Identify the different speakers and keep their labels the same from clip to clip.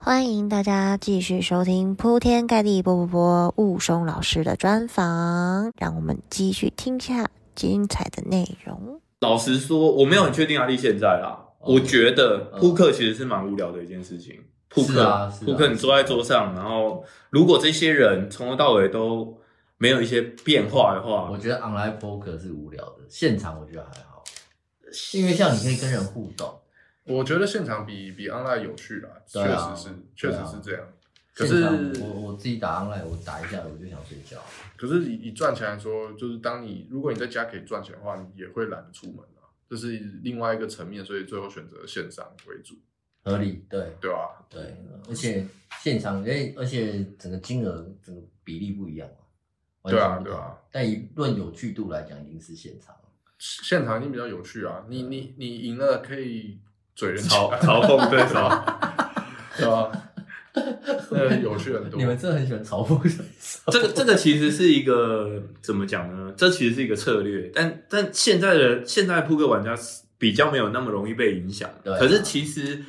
Speaker 1: 欢迎大家继续收听铺天盖地波波波雾凇老师的专访，让我们继续听下精彩的内容。
Speaker 2: 老实说，我没有很确定阿力现在啦。
Speaker 3: 嗯
Speaker 2: 我觉得
Speaker 3: 嗯
Speaker 2: 扑克其实是蛮无聊的一件事情。扑
Speaker 3: 是
Speaker 2: 克，
Speaker 3: 啊是啊
Speaker 2: 扑克，你坐在桌上，然后如果这些人从头到尾都没有一些变化的话
Speaker 3: 我，觉得 online poker 是无聊的，现场我觉得还好，因为像你可以跟人互动，
Speaker 4: 我觉得现场比比 online 有趣啦，确
Speaker 3: 对啊
Speaker 4: 实是，确
Speaker 3: 对
Speaker 4: 实
Speaker 3: 啊
Speaker 4: 是这样。可
Speaker 3: 现
Speaker 4: 是
Speaker 3: 场我我自己打 online 我打一下我就想睡觉，
Speaker 4: 可是以以赚钱来说，就是当你如果你在家可以赚钱的话，你也会懒得出门啊，这是另外一个层面，所以最后选择线上为主，
Speaker 3: 合理对
Speaker 4: 对吧、
Speaker 3: 对，而且现场因为而且整个金额整个比例不一样嘛，完全
Speaker 4: 对啊
Speaker 3: 不同
Speaker 4: 对啊，
Speaker 3: 但以论有趣度来讲，一定是现场。
Speaker 4: 现场一定比较有趣啊，你你你赢了可以嘴人
Speaker 2: 嘲
Speaker 4: 家，
Speaker 2: 嘲讽对手。
Speaker 4: 对吧、 那有趣很多
Speaker 3: 你。们真的很喜欢嘲讽人 手，
Speaker 2: 这个这个其实是一个怎么讲呢？这其实是一个策略，但但现在的现在扑克玩家是比较没有那么容易被影响。
Speaker 3: 对啊
Speaker 2: 可是其实，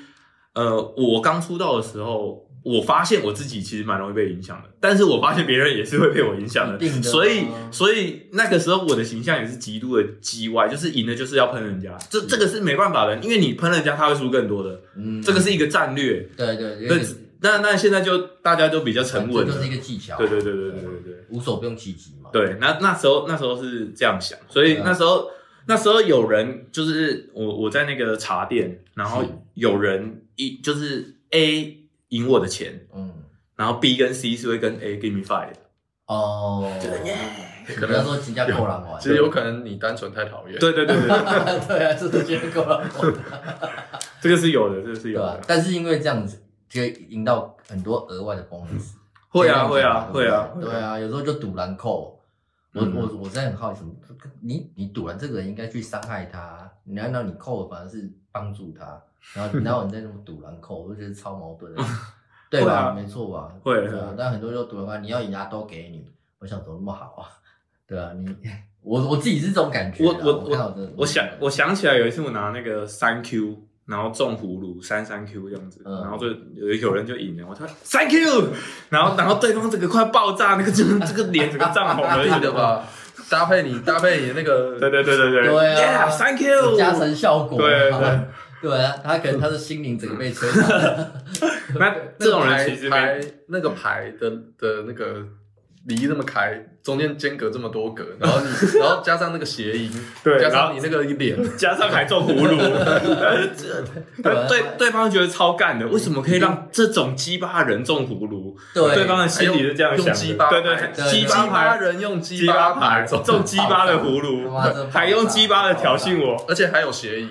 Speaker 2: 呃，我刚出道的时候，我发现我自己其实蛮容易被影响的，但是我发现别人也是会被我影响的，
Speaker 3: 一定的啊
Speaker 2: 所以所以那个时候我的形象也是极度的叽歪，就是赢了就是要喷人家，这这个是没办法的，因为你喷人家他会输更多的，
Speaker 3: 嗯
Speaker 2: 这个是一个战略。
Speaker 3: 对对，因
Speaker 2: 对
Speaker 3: 为，
Speaker 2: 那那现在就大家都比较沉稳
Speaker 3: 这
Speaker 2: 了
Speaker 3: 就。是一个技巧，
Speaker 2: 对对对对对对对。
Speaker 3: 无所不用其极嘛。
Speaker 2: 对，那那时候那时候是这样想，所以
Speaker 3: 对啊
Speaker 2: 那时候、那时候有人就是我我在那个茶店，然后
Speaker 3: 是
Speaker 2: 有人一就是 A 赢我的钱，
Speaker 3: 嗯，
Speaker 2: 然后 B 跟 C 是会跟 A give me five 的，
Speaker 3: 哦，可能说请假够狼玩，
Speaker 4: 其实有可能你单纯太讨厌，
Speaker 2: 对对对对，
Speaker 3: 对啊，这都觉得够狼玩，
Speaker 2: 这个是有的，这个是
Speaker 3: 对啊
Speaker 2: 有
Speaker 3: 吧、
Speaker 2: 的，
Speaker 3: 但是因为这样子，就赢到很多额外的 bonus。
Speaker 2: 会啊会啊
Speaker 3: 这
Speaker 2: 会
Speaker 3: 样
Speaker 2: 啊
Speaker 3: 讲，对啊，有时候就赌狼扣。我
Speaker 2: 嗯
Speaker 3: 我我真的很好奇，什么？你你赌完这个人应该去伤害他，难道你扣反而是帮助他？然后然后你在那种赌狼扣，我就觉得超矛盾的，对
Speaker 2: 会
Speaker 3: 吧？
Speaker 2: 啊
Speaker 3: 没错吧？
Speaker 2: 会
Speaker 3: 对啊
Speaker 2: 会
Speaker 3: 但很多就赌狼扣，你要赢他都给你，我想怎么那么好啊？对啊，你 我我自己是这种感觉
Speaker 2: 我
Speaker 3: 啦。
Speaker 2: 我
Speaker 3: 看到这个，
Speaker 2: 我想我想起来有一次我拿那个三 Q。然后中葫芦三三 Q 这样子，
Speaker 3: 嗯
Speaker 2: 然后就有有人就赢了，我说三 Q，然后然后对方整个快爆炸，那个就是这个脸整个涨 红了，
Speaker 4: 一定的吧？搭配你搭配你那个
Speaker 2: 对对对对对，
Speaker 3: 啊对啊
Speaker 2: y e a h t h a n k
Speaker 3: 有
Speaker 2: you，
Speaker 3: 加成效果，啊
Speaker 2: 对对
Speaker 3: 对啊，他可能他的心灵整个被摧 残。
Speaker 2: 那这种人其实
Speaker 4: 牌
Speaker 2: 没，嗯
Speaker 4: 牌那个牌的的那个离那么开，中间间隔这么多格，然后你然后加上那个谐音，
Speaker 2: 对
Speaker 4: 加
Speaker 2: 然后
Speaker 4: 上你那个脸，
Speaker 2: 加上还中 葫芦，对
Speaker 3: 啊
Speaker 2: 对，对方觉得超干的，为什么可以让这种鸡巴人中葫芦？
Speaker 3: 对
Speaker 2: 对方的心里是这样想
Speaker 4: 用
Speaker 2: 的，
Speaker 4: 鸡巴
Speaker 2: 对
Speaker 4: 牌
Speaker 2: 对，
Speaker 3: 对
Speaker 2: 鸡
Speaker 4: 鸡
Speaker 2: 巴
Speaker 4: 巴
Speaker 2: 牌，
Speaker 4: 人用
Speaker 2: 鸡
Speaker 4: 鸡
Speaker 2: 巴
Speaker 4: 巴
Speaker 2: 牌
Speaker 4: 牌
Speaker 2: 中鸡巴的葫芦
Speaker 3: 他妈真，
Speaker 2: 还用鸡巴的挑衅我，
Speaker 4: 而且还有谐音，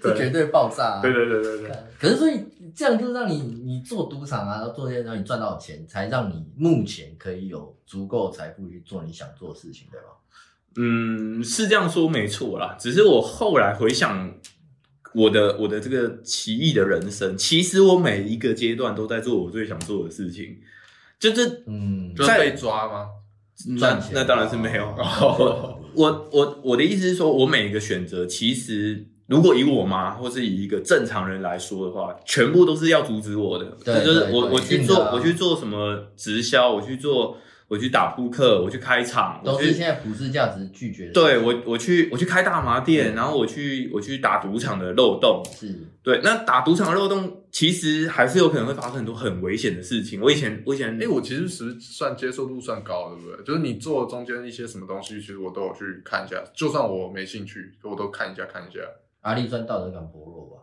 Speaker 3: 这绝对爆炸、啊。
Speaker 2: 对对对对对，
Speaker 3: 可是所以这样就让你你做赌场啊，做这些，让你赚到钱，才让你目前可以有足够财富去做你想做的事情，对吧？
Speaker 2: 嗯，是这样说没错啦，只是我后来回想。我的我的这个奇异的人生，其实我每一个阶段都在做我最想做的事情，就这
Speaker 3: 嗯，
Speaker 4: 就是被抓吗？
Speaker 2: 那
Speaker 3: 赚钱
Speaker 2: 那当然是没有。
Speaker 3: 哦
Speaker 2: 我我我的意思是说，我每一个选择，其实如果以我妈或是以一个正常人来说的话，全部都是要阻止我的。
Speaker 3: 对
Speaker 2: 这就是
Speaker 3: 对
Speaker 2: 我
Speaker 3: 对
Speaker 2: 我
Speaker 3: 一
Speaker 2: 去
Speaker 3: 定
Speaker 2: 做
Speaker 3: 的啊
Speaker 2: 我去做什么直销，我去做我去打扑克，我去开场，
Speaker 3: 都
Speaker 2: 我
Speaker 3: 是
Speaker 2: 去
Speaker 3: 现在普世价值拒绝的。嗯
Speaker 2: 对我我去我去开大麻店，然后我去我去打赌场的漏洞，
Speaker 3: 是
Speaker 2: 对，那打赌场的漏洞其实还是有可能会发生很多很危险的事情。我以前我以前
Speaker 4: 哎、
Speaker 3: 嗯
Speaker 4: 我其实实算接受度算高，对不对？就是你做中间一些什么东西，其实我都有去看一下，就算我没兴趣，我都看一下看一下。
Speaker 3: 阿力算道德感薄弱吧？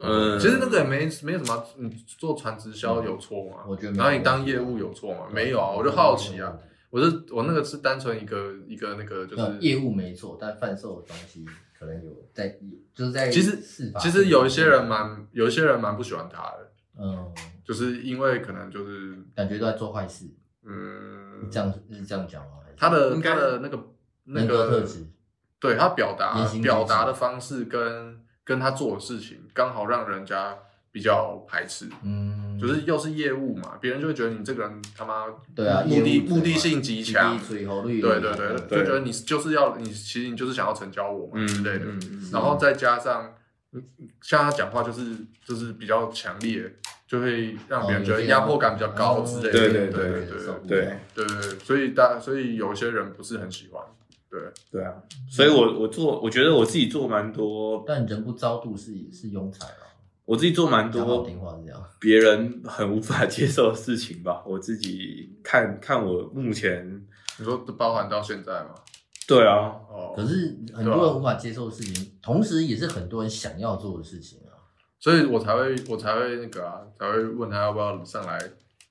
Speaker 2: 嗯，
Speaker 4: 其实那个也没没什么，你做传直销有错吗？
Speaker 3: 嗯我觉得没有
Speaker 4: 然后你当业务有错吗？没有啊，我就好奇啊。，我是我那个是单纯一个一个那个就
Speaker 3: 嗯没有
Speaker 4: 是
Speaker 3: 业务没错，但贩售的东西可能有在，就是在
Speaker 4: 其实
Speaker 3: 市法
Speaker 4: 其实有一些人，蛮有一些人蛮不喜欢他的，
Speaker 3: 嗯，
Speaker 4: 就是因为可能就是
Speaker 3: 感觉都在做坏事，
Speaker 4: 嗯，
Speaker 3: 这样是这样讲吗？还是
Speaker 4: 他的
Speaker 2: 应该
Speaker 4: 他的那个那
Speaker 3: 人格特
Speaker 4: 个
Speaker 3: 质，
Speaker 4: 对他表达
Speaker 3: 言行举止
Speaker 4: 表达的方式跟跟他做的事情，刚好让人家比较排斥。
Speaker 3: 嗯，
Speaker 4: 就是又是业务嘛，别人就会觉得你这个人他妈
Speaker 3: 对啊，
Speaker 4: 目
Speaker 3: 业
Speaker 4: 的
Speaker 3: 务者嘛
Speaker 4: 目的性极强，
Speaker 3: 水喉率，
Speaker 4: 对对对，
Speaker 2: 对
Speaker 4: 就觉得你就是要你，其实你就是想要成交我嘛
Speaker 2: 嗯
Speaker 4: 之类的
Speaker 2: 嗯嗯嗯，
Speaker 4: 然后再加上嗯像他讲话就是就是比较强烈，就会让别人
Speaker 3: 哦
Speaker 4: 觉得
Speaker 3: 有些哦
Speaker 4: 压迫感比较高之类的。
Speaker 2: 对
Speaker 4: 对
Speaker 2: 对
Speaker 4: 对
Speaker 2: 对
Speaker 4: 对
Speaker 2: 对
Speaker 4: 对对，所以大所以有些人不是很喜欢。对，
Speaker 2: 对啊，所以我我做，我觉得我自己做蛮多，
Speaker 3: 但人不招妒是是庸才啊，
Speaker 2: 我自己做蛮
Speaker 3: 讲好
Speaker 2: 多
Speaker 3: 听话是这样。
Speaker 2: 别人很无法接受的事情吧。我自己看看我目前，
Speaker 4: 你说包含到现在吗？
Speaker 2: 对啊，
Speaker 4: 哦，
Speaker 3: 可是很多人无法接受的事情，同时也是很多人想要做的事情啊。
Speaker 4: 所以我才会我才会那个啊，才会问他要不要上来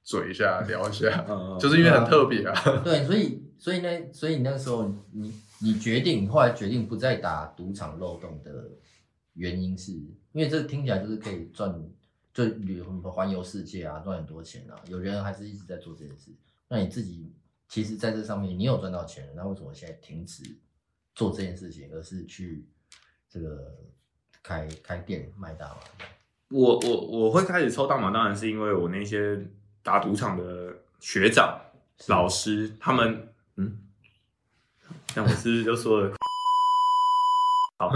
Speaker 4: 嘴一下聊一下，
Speaker 2: 嗯，
Speaker 4: 就是是因为很特别啊。
Speaker 3: 对，所以所以那所以那时候你你决定你后来决定不再打赌场漏洞的原因是，因为这听起来就是可以赚，就旅环游世界啊，赚很多钱啊。有人还是一直在做这件事，那你自己其实在这上面你有赚到钱了，那为什么现在停止做这件事情，而是去这个开开店卖大麻？
Speaker 2: 我我我会开始抽大麻，当然是因为我那些打赌场的学长、
Speaker 3: 是
Speaker 2: 老师，他们，嗯，但我是不是就说 了，好，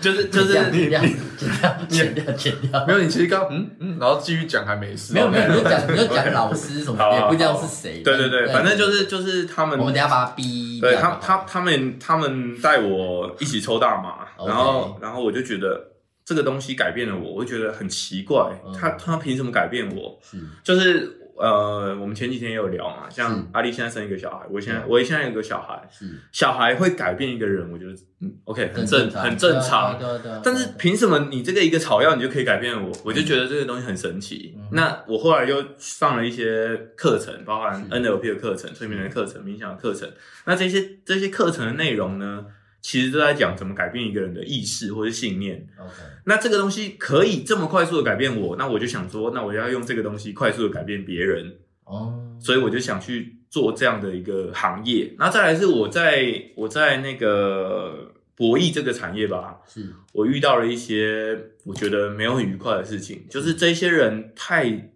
Speaker 2: 就是就是
Speaker 3: 剪掉剪掉剪掉剪掉。
Speaker 4: 没有，你其实刚嗯嗯，然后继续讲还没事，
Speaker 3: 没有没有，你就 讲你就
Speaker 4: OK
Speaker 3: 讲老师什么
Speaker 2: 好啊
Speaker 3: 的，
Speaker 2: 好
Speaker 3: 也不知道是谁。
Speaker 2: 对对对，
Speaker 3: 但
Speaker 2: 反正就是就是他们
Speaker 3: 我们等一下把他逼掉。
Speaker 2: 对他他他们他们带我一起抽大麻，
Speaker 3: OK
Speaker 2: 然后然后我就觉得这个东西改变了我，我就觉得很奇怪，
Speaker 3: 嗯
Speaker 2: 他他凭什么改变我？
Speaker 3: 是
Speaker 2: 就是呃，我们前几天也有聊嘛，
Speaker 3: 是
Speaker 2: 像阿丽现在生一个小孩，我现在
Speaker 3: 对
Speaker 2: 我现在有个小孩，
Speaker 3: 是
Speaker 2: 小孩会改变一个人，我觉得嗯 OK 很正
Speaker 3: 正
Speaker 2: 很正常。
Speaker 3: 对啊对啊对啊对啊。
Speaker 2: 但是凭什么你这个一个草药你就可以改变我？我就觉得这个东西很神奇。
Speaker 3: 嗯
Speaker 2: 那我后来又上了一些课程，包含
Speaker 3: 是嗯
Speaker 2: NLP 的课程、催眠的课程、冥想的课程。那这些这些课程的内容呢，其实都在讲怎么改变一个人的意识或是信念。
Speaker 3: OK，
Speaker 2: 那这个东西可以这么快速的改变我，那我就想说，那我要用这个东西快速的改变别人。
Speaker 3: 哦，
Speaker 2: 所以我就想去做这样的一个行业。那再来是我在我在那个博弈这个产业吧，
Speaker 3: 是
Speaker 2: 我遇到了一些我觉得没有很愉快的事情，就是这些人太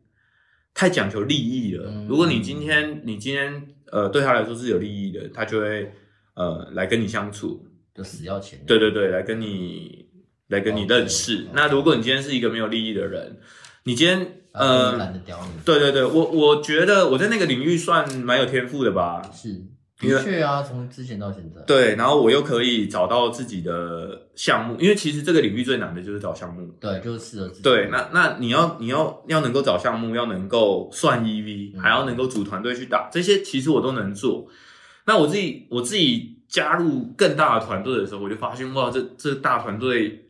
Speaker 2: 太讲求利益了
Speaker 3: 嗯。
Speaker 2: 如果你今天你今天呃对他来说是有利益的，他就会呃来跟你相处，
Speaker 3: 就死要钱。
Speaker 2: 对对对，来跟你来跟你
Speaker 3: 哦
Speaker 2: 认识。
Speaker 3: OK，OK
Speaker 2: 那如果你今天是一个没有利益的人，你今天
Speaker 3: 他
Speaker 2: 呃
Speaker 3: 根本懒得屌你。
Speaker 2: 对对对，我我觉得我在那个领域算蛮有天赋的吧。
Speaker 3: 是
Speaker 2: 因为
Speaker 3: 的确啊，从之前到现在。
Speaker 2: 对，然后我又可以找到自己的项目，因为其实这个领域最难的就是找项目。
Speaker 3: 对，就是适合自己。
Speaker 2: 对，那那你要你要要能够找项目，要能够算 EV，
Speaker 3: 嗯
Speaker 2: 还要能够组团队去打，这些其实我都能做。那我自己我自己加入更大的团队的时候，我就发现哇，这这大团队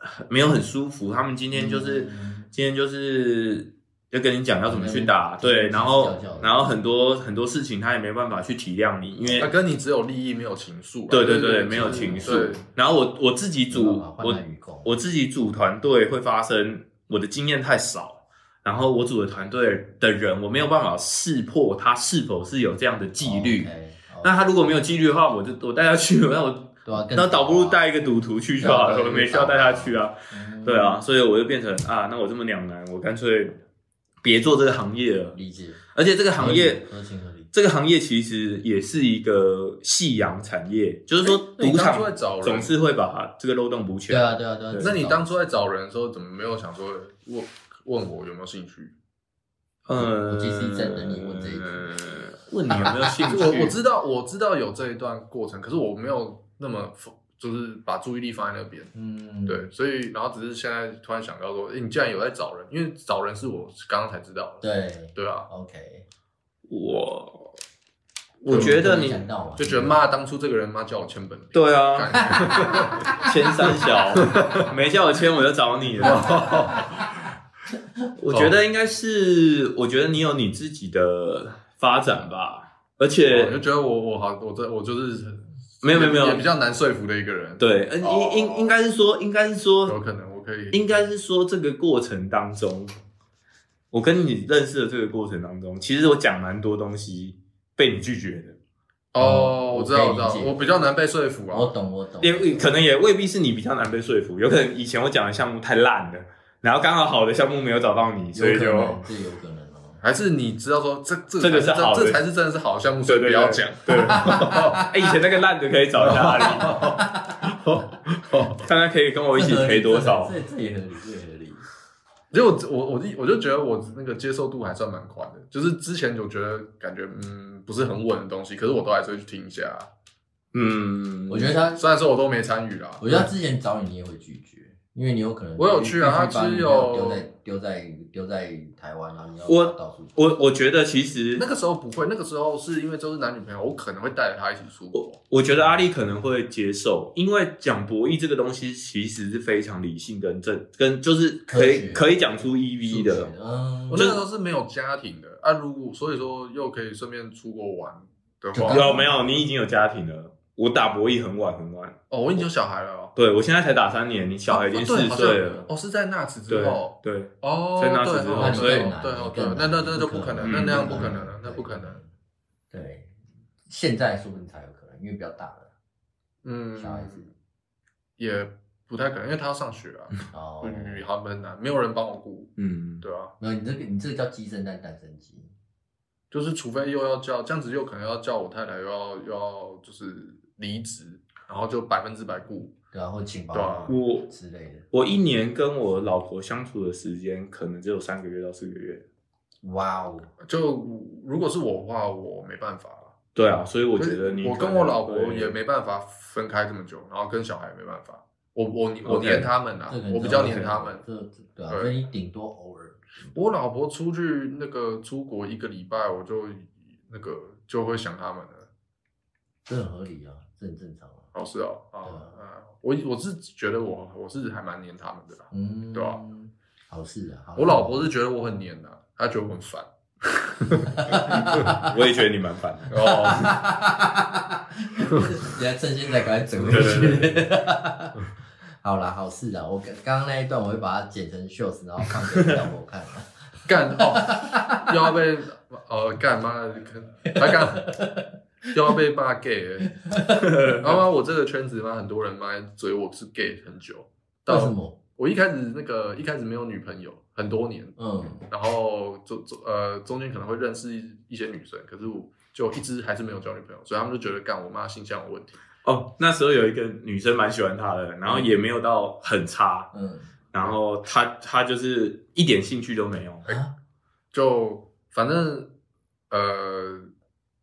Speaker 2: 呃没有很舒服。他们今天就是、
Speaker 3: 嗯
Speaker 2: 今天就是要跟你讲要怎么去打，
Speaker 3: 嗯
Speaker 2: 对，
Speaker 3: 嗯
Speaker 2: 然后
Speaker 3: 教教
Speaker 2: 然后很多很多事情他也没办法去体谅你，因
Speaker 4: 他
Speaker 2: 为
Speaker 4: 啊跟你只有利益没有情愫啊，
Speaker 2: 对对
Speaker 4: 就
Speaker 2: 对
Speaker 4: 是
Speaker 2: 没有情
Speaker 4: 对
Speaker 2: 愫。然后我我自己
Speaker 3: 没
Speaker 2: 组
Speaker 3: 办法换
Speaker 2: 我
Speaker 3: 来与共
Speaker 2: 我自己组团队会发生我的经验太少，然后我组的团队的人我没有办法识破他是否是有这样的纪
Speaker 4: 哦
Speaker 2: 律。
Speaker 3: 哦 OK，好
Speaker 2: 那他如果没有纪律的话，我就我带他去，那我
Speaker 3: 对啊，更
Speaker 2: 那
Speaker 3: 屌
Speaker 2: 倒不如
Speaker 3: 啊。
Speaker 2: 带一个赌徒去就好了，
Speaker 3: 对
Speaker 2: 我
Speaker 3: 对
Speaker 2: 没需要带他去 啊。
Speaker 3: 嗯
Speaker 2: 对，啊，所以我就变成啊，那我这么两难，我干脆别做这个行业了。
Speaker 3: 理解。
Speaker 2: 而且这个行业，
Speaker 4: 嗯
Speaker 3: 合情合理。
Speaker 2: 这个行业其实也是一个夕阳产业，就是说
Speaker 4: 哎那你
Speaker 2: 赌
Speaker 4: 当初在
Speaker 2: 场
Speaker 4: 找人
Speaker 2: 总是会把这个漏洞补起
Speaker 3: 对
Speaker 2: 来。
Speaker 3: 啊，对啊，对啊。
Speaker 4: 那你当初在找人的时候，怎么没有想说问问我有没有兴趣？
Speaker 2: 嗯，
Speaker 3: 我其实一直在等你问这一题
Speaker 2: 问你有没有兴趣？
Speaker 4: 我我知道我知道有这一段过程，可是我没有那么 fo- 就是把注意力放在那边。
Speaker 3: 嗯，
Speaker 4: 对，所以然后只是现在突然想到说，诶，你竟然有在找人，因为找人是我刚刚才知道的。
Speaker 3: 对
Speaker 4: 对啊，
Speaker 3: ，OK。
Speaker 2: 我我觉得
Speaker 3: 就没
Speaker 2: 你
Speaker 3: 想到嘛
Speaker 4: 就觉得妈，当初这个人妈叫我签本名，
Speaker 2: 对啊，
Speaker 4: 干
Speaker 2: 签三小，没叫我签我就找你了。我觉得应该是，我觉得你有你自己的发展吧，而
Speaker 4: 我哦就
Speaker 2: 且
Speaker 4: 觉得我我好，我这我就是
Speaker 2: 没有没有没有
Speaker 4: 也比较难说服的一个人。，
Speaker 2: 对，呃
Speaker 4: 哦
Speaker 2: 应应应该是说，应该是
Speaker 4: 有
Speaker 2: 说，
Speaker 4: 可能我可以，
Speaker 2: 应该是说这个过程当中，我跟你认识的这个过程当中，其实我讲蛮多东西被你拒绝的，
Speaker 4: 哦，我知道，我知道
Speaker 3: 可以理，解
Speaker 4: 我比较难被说服
Speaker 3: 我
Speaker 4: 啊。
Speaker 3: 懂，我懂。
Speaker 2: 也可能也未必是你比较难被说服，有可能以前我讲的项目太烂了，然后刚好好的项目没有找到你，所以
Speaker 3: 有可
Speaker 2: 就
Speaker 3: 能这有可能 哦。
Speaker 4: 还是你知道说这这
Speaker 2: 这个
Speaker 4: 才
Speaker 2: 是好的
Speaker 4: 这才是真的是好项目，所
Speaker 2: 对对
Speaker 4: 以不要讲。。
Speaker 2: 对， 对哎，以前那个烂的可以找一下阿里， 看他可以跟我一起赔多少。
Speaker 3: 这这这也合理，这也合理。
Speaker 4: 结果我我我一我就觉得我那个接受度还算蛮宽的，就是之前就觉得感觉嗯不是很稳的东西，可是我都还是会去听一下。
Speaker 2: 嗯，
Speaker 3: 我觉得他，
Speaker 4: 虽然说我都没参与啦，
Speaker 3: 我觉得他之前找你，你也会拒绝，因为你有可能
Speaker 4: 我有去啊
Speaker 3: 必须把
Speaker 4: 他
Speaker 3: 你没
Speaker 4: 只有
Speaker 3: 丢在丢在丢在台湾，然后你要
Speaker 2: 我
Speaker 3: 到处
Speaker 2: 我我觉得其实
Speaker 4: 那个时候不会，那个时候是因为就是男女朋友，我可能会带着他一起出国。
Speaker 2: 我觉得阿丽可能会接受，因为讲博弈这个东西其实是非常理性跟正跟就是可
Speaker 3: 科
Speaker 2: 以
Speaker 3: 学
Speaker 2: 可以讲出 E V
Speaker 3: 数
Speaker 2: 的
Speaker 3: 学，嗯，
Speaker 4: 我那个时候是没有家庭的啊，如果所以说又可以顺便出国玩的
Speaker 3: 就
Speaker 4: 话
Speaker 3: 刚，
Speaker 2: 有啊没有？你已经有家庭了，我打博弈很晚很晚，
Speaker 4: 哦，我已经有小孩了哦，
Speaker 2: 对我现在才打三年，你小孩已经
Speaker 4: 哦
Speaker 2: 四
Speaker 4: 对好像
Speaker 2: 岁了，
Speaker 4: 哦，是在那次之
Speaker 2: 对
Speaker 4: 后，
Speaker 2: 对，
Speaker 4: 哦，
Speaker 2: 在
Speaker 4: 对
Speaker 2: 那次
Speaker 4: 哦
Speaker 2: 之后
Speaker 4: 对哦
Speaker 2: 所以嗯
Speaker 4: 对哦
Speaker 3: 更
Speaker 4: 对
Speaker 3: 难
Speaker 4: 哦，那那那就
Speaker 3: 不
Speaker 4: 不
Speaker 3: 可
Speaker 4: 可
Speaker 3: 能
Speaker 4: 能，那那样
Speaker 2: 不
Speaker 4: 不
Speaker 2: 可
Speaker 4: 可
Speaker 3: 能
Speaker 4: 能了，那不可能。
Speaker 3: 对，现在说不定才有可能，因为比较大了，
Speaker 4: 嗯，
Speaker 3: 小孩子
Speaker 4: 也不太可能，因为他要上学啊，
Speaker 3: 哦，
Speaker 4: 嗯，好很难，没有人帮我顾，
Speaker 2: 嗯，
Speaker 4: 对啊，
Speaker 3: 没有，你这个你这个叫鸡生蛋，蛋生鸡，
Speaker 4: 就是除非又要叫这样子，又可能要叫我太太又要又要就是离职，然后就百分之百顾，
Speaker 3: 对啊，或请
Speaker 4: 对啊
Speaker 3: 保姆
Speaker 2: 我
Speaker 3: 之类的，
Speaker 2: 我一年跟我老婆相处的时间可能只有三个月到四个月，
Speaker 3: 哇哦，
Speaker 4: 就如果是我的话，我没办法啦。
Speaker 2: 对啊，所以我觉得你
Speaker 4: 我
Speaker 2: 可
Speaker 4: 跟
Speaker 2: 能
Speaker 4: 我老婆
Speaker 2: 会
Speaker 4: 也没办法分开这么久，然后跟小孩也没办法，我我我
Speaker 2: OK
Speaker 4: 黏他们啊
Speaker 3: 这个
Speaker 4: 我比较黏他们。
Speaker 3: 这这对啊，
Speaker 4: 对
Speaker 3: 所以你顶多偶尔，
Speaker 4: 我老婆出去那个出国一个礼拜，我就那个就会想他们了。
Speaker 3: 这很合理啊，这很正常啊，
Speaker 4: 哦，是哦，啊
Speaker 3: 对啊
Speaker 4: 啊，我我是觉得我我是还蛮黏他们的啦。
Speaker 3: 嗯，
Speaker 4: 对啊，
Speaker 3: 好事啊，好事
Speaker 4: 我老婆是觉得我很黏的、她觉得我很烦。
Speaker 2: 我也 觉得你蛮烦的。
Speaker 4: 哦，
Speaker 3: 你要 趁现在赶快整回
Speaker 2: 对
Speaker 3: 去。好啦，好事啊！我刚刚刚那一段我会把它剪成 shorts，然后放给你老婆看。
Speaker 4: 干哦，又要被呃干妈的，他干又要被骂 gay，了 然后妈我这个圈子嘛，很多人嘛嘴我是 gay 很久，
Speaker 3: 为
Speaker 4: 到
Speaker 3: 什么？
Speaker 4: 我一开始那个一开始没有女朋友，很多年，
Speaker 3: 嗯，
Speaker 4: 然后中中呃中间可能会认识一一些女生，可是我就一直还是没有交女朋友，所以他们就觉得干我妈性向有问题。
Speaker 2: 哦，那时候有一个女生蛮喜欢他的，然后也没有到很差，
Speaker 3: 嗯
Speaker 2: 然后他他就是一点兴趣都没有。
Speaker 3: 啊，
Speaker 4: 就反正呃，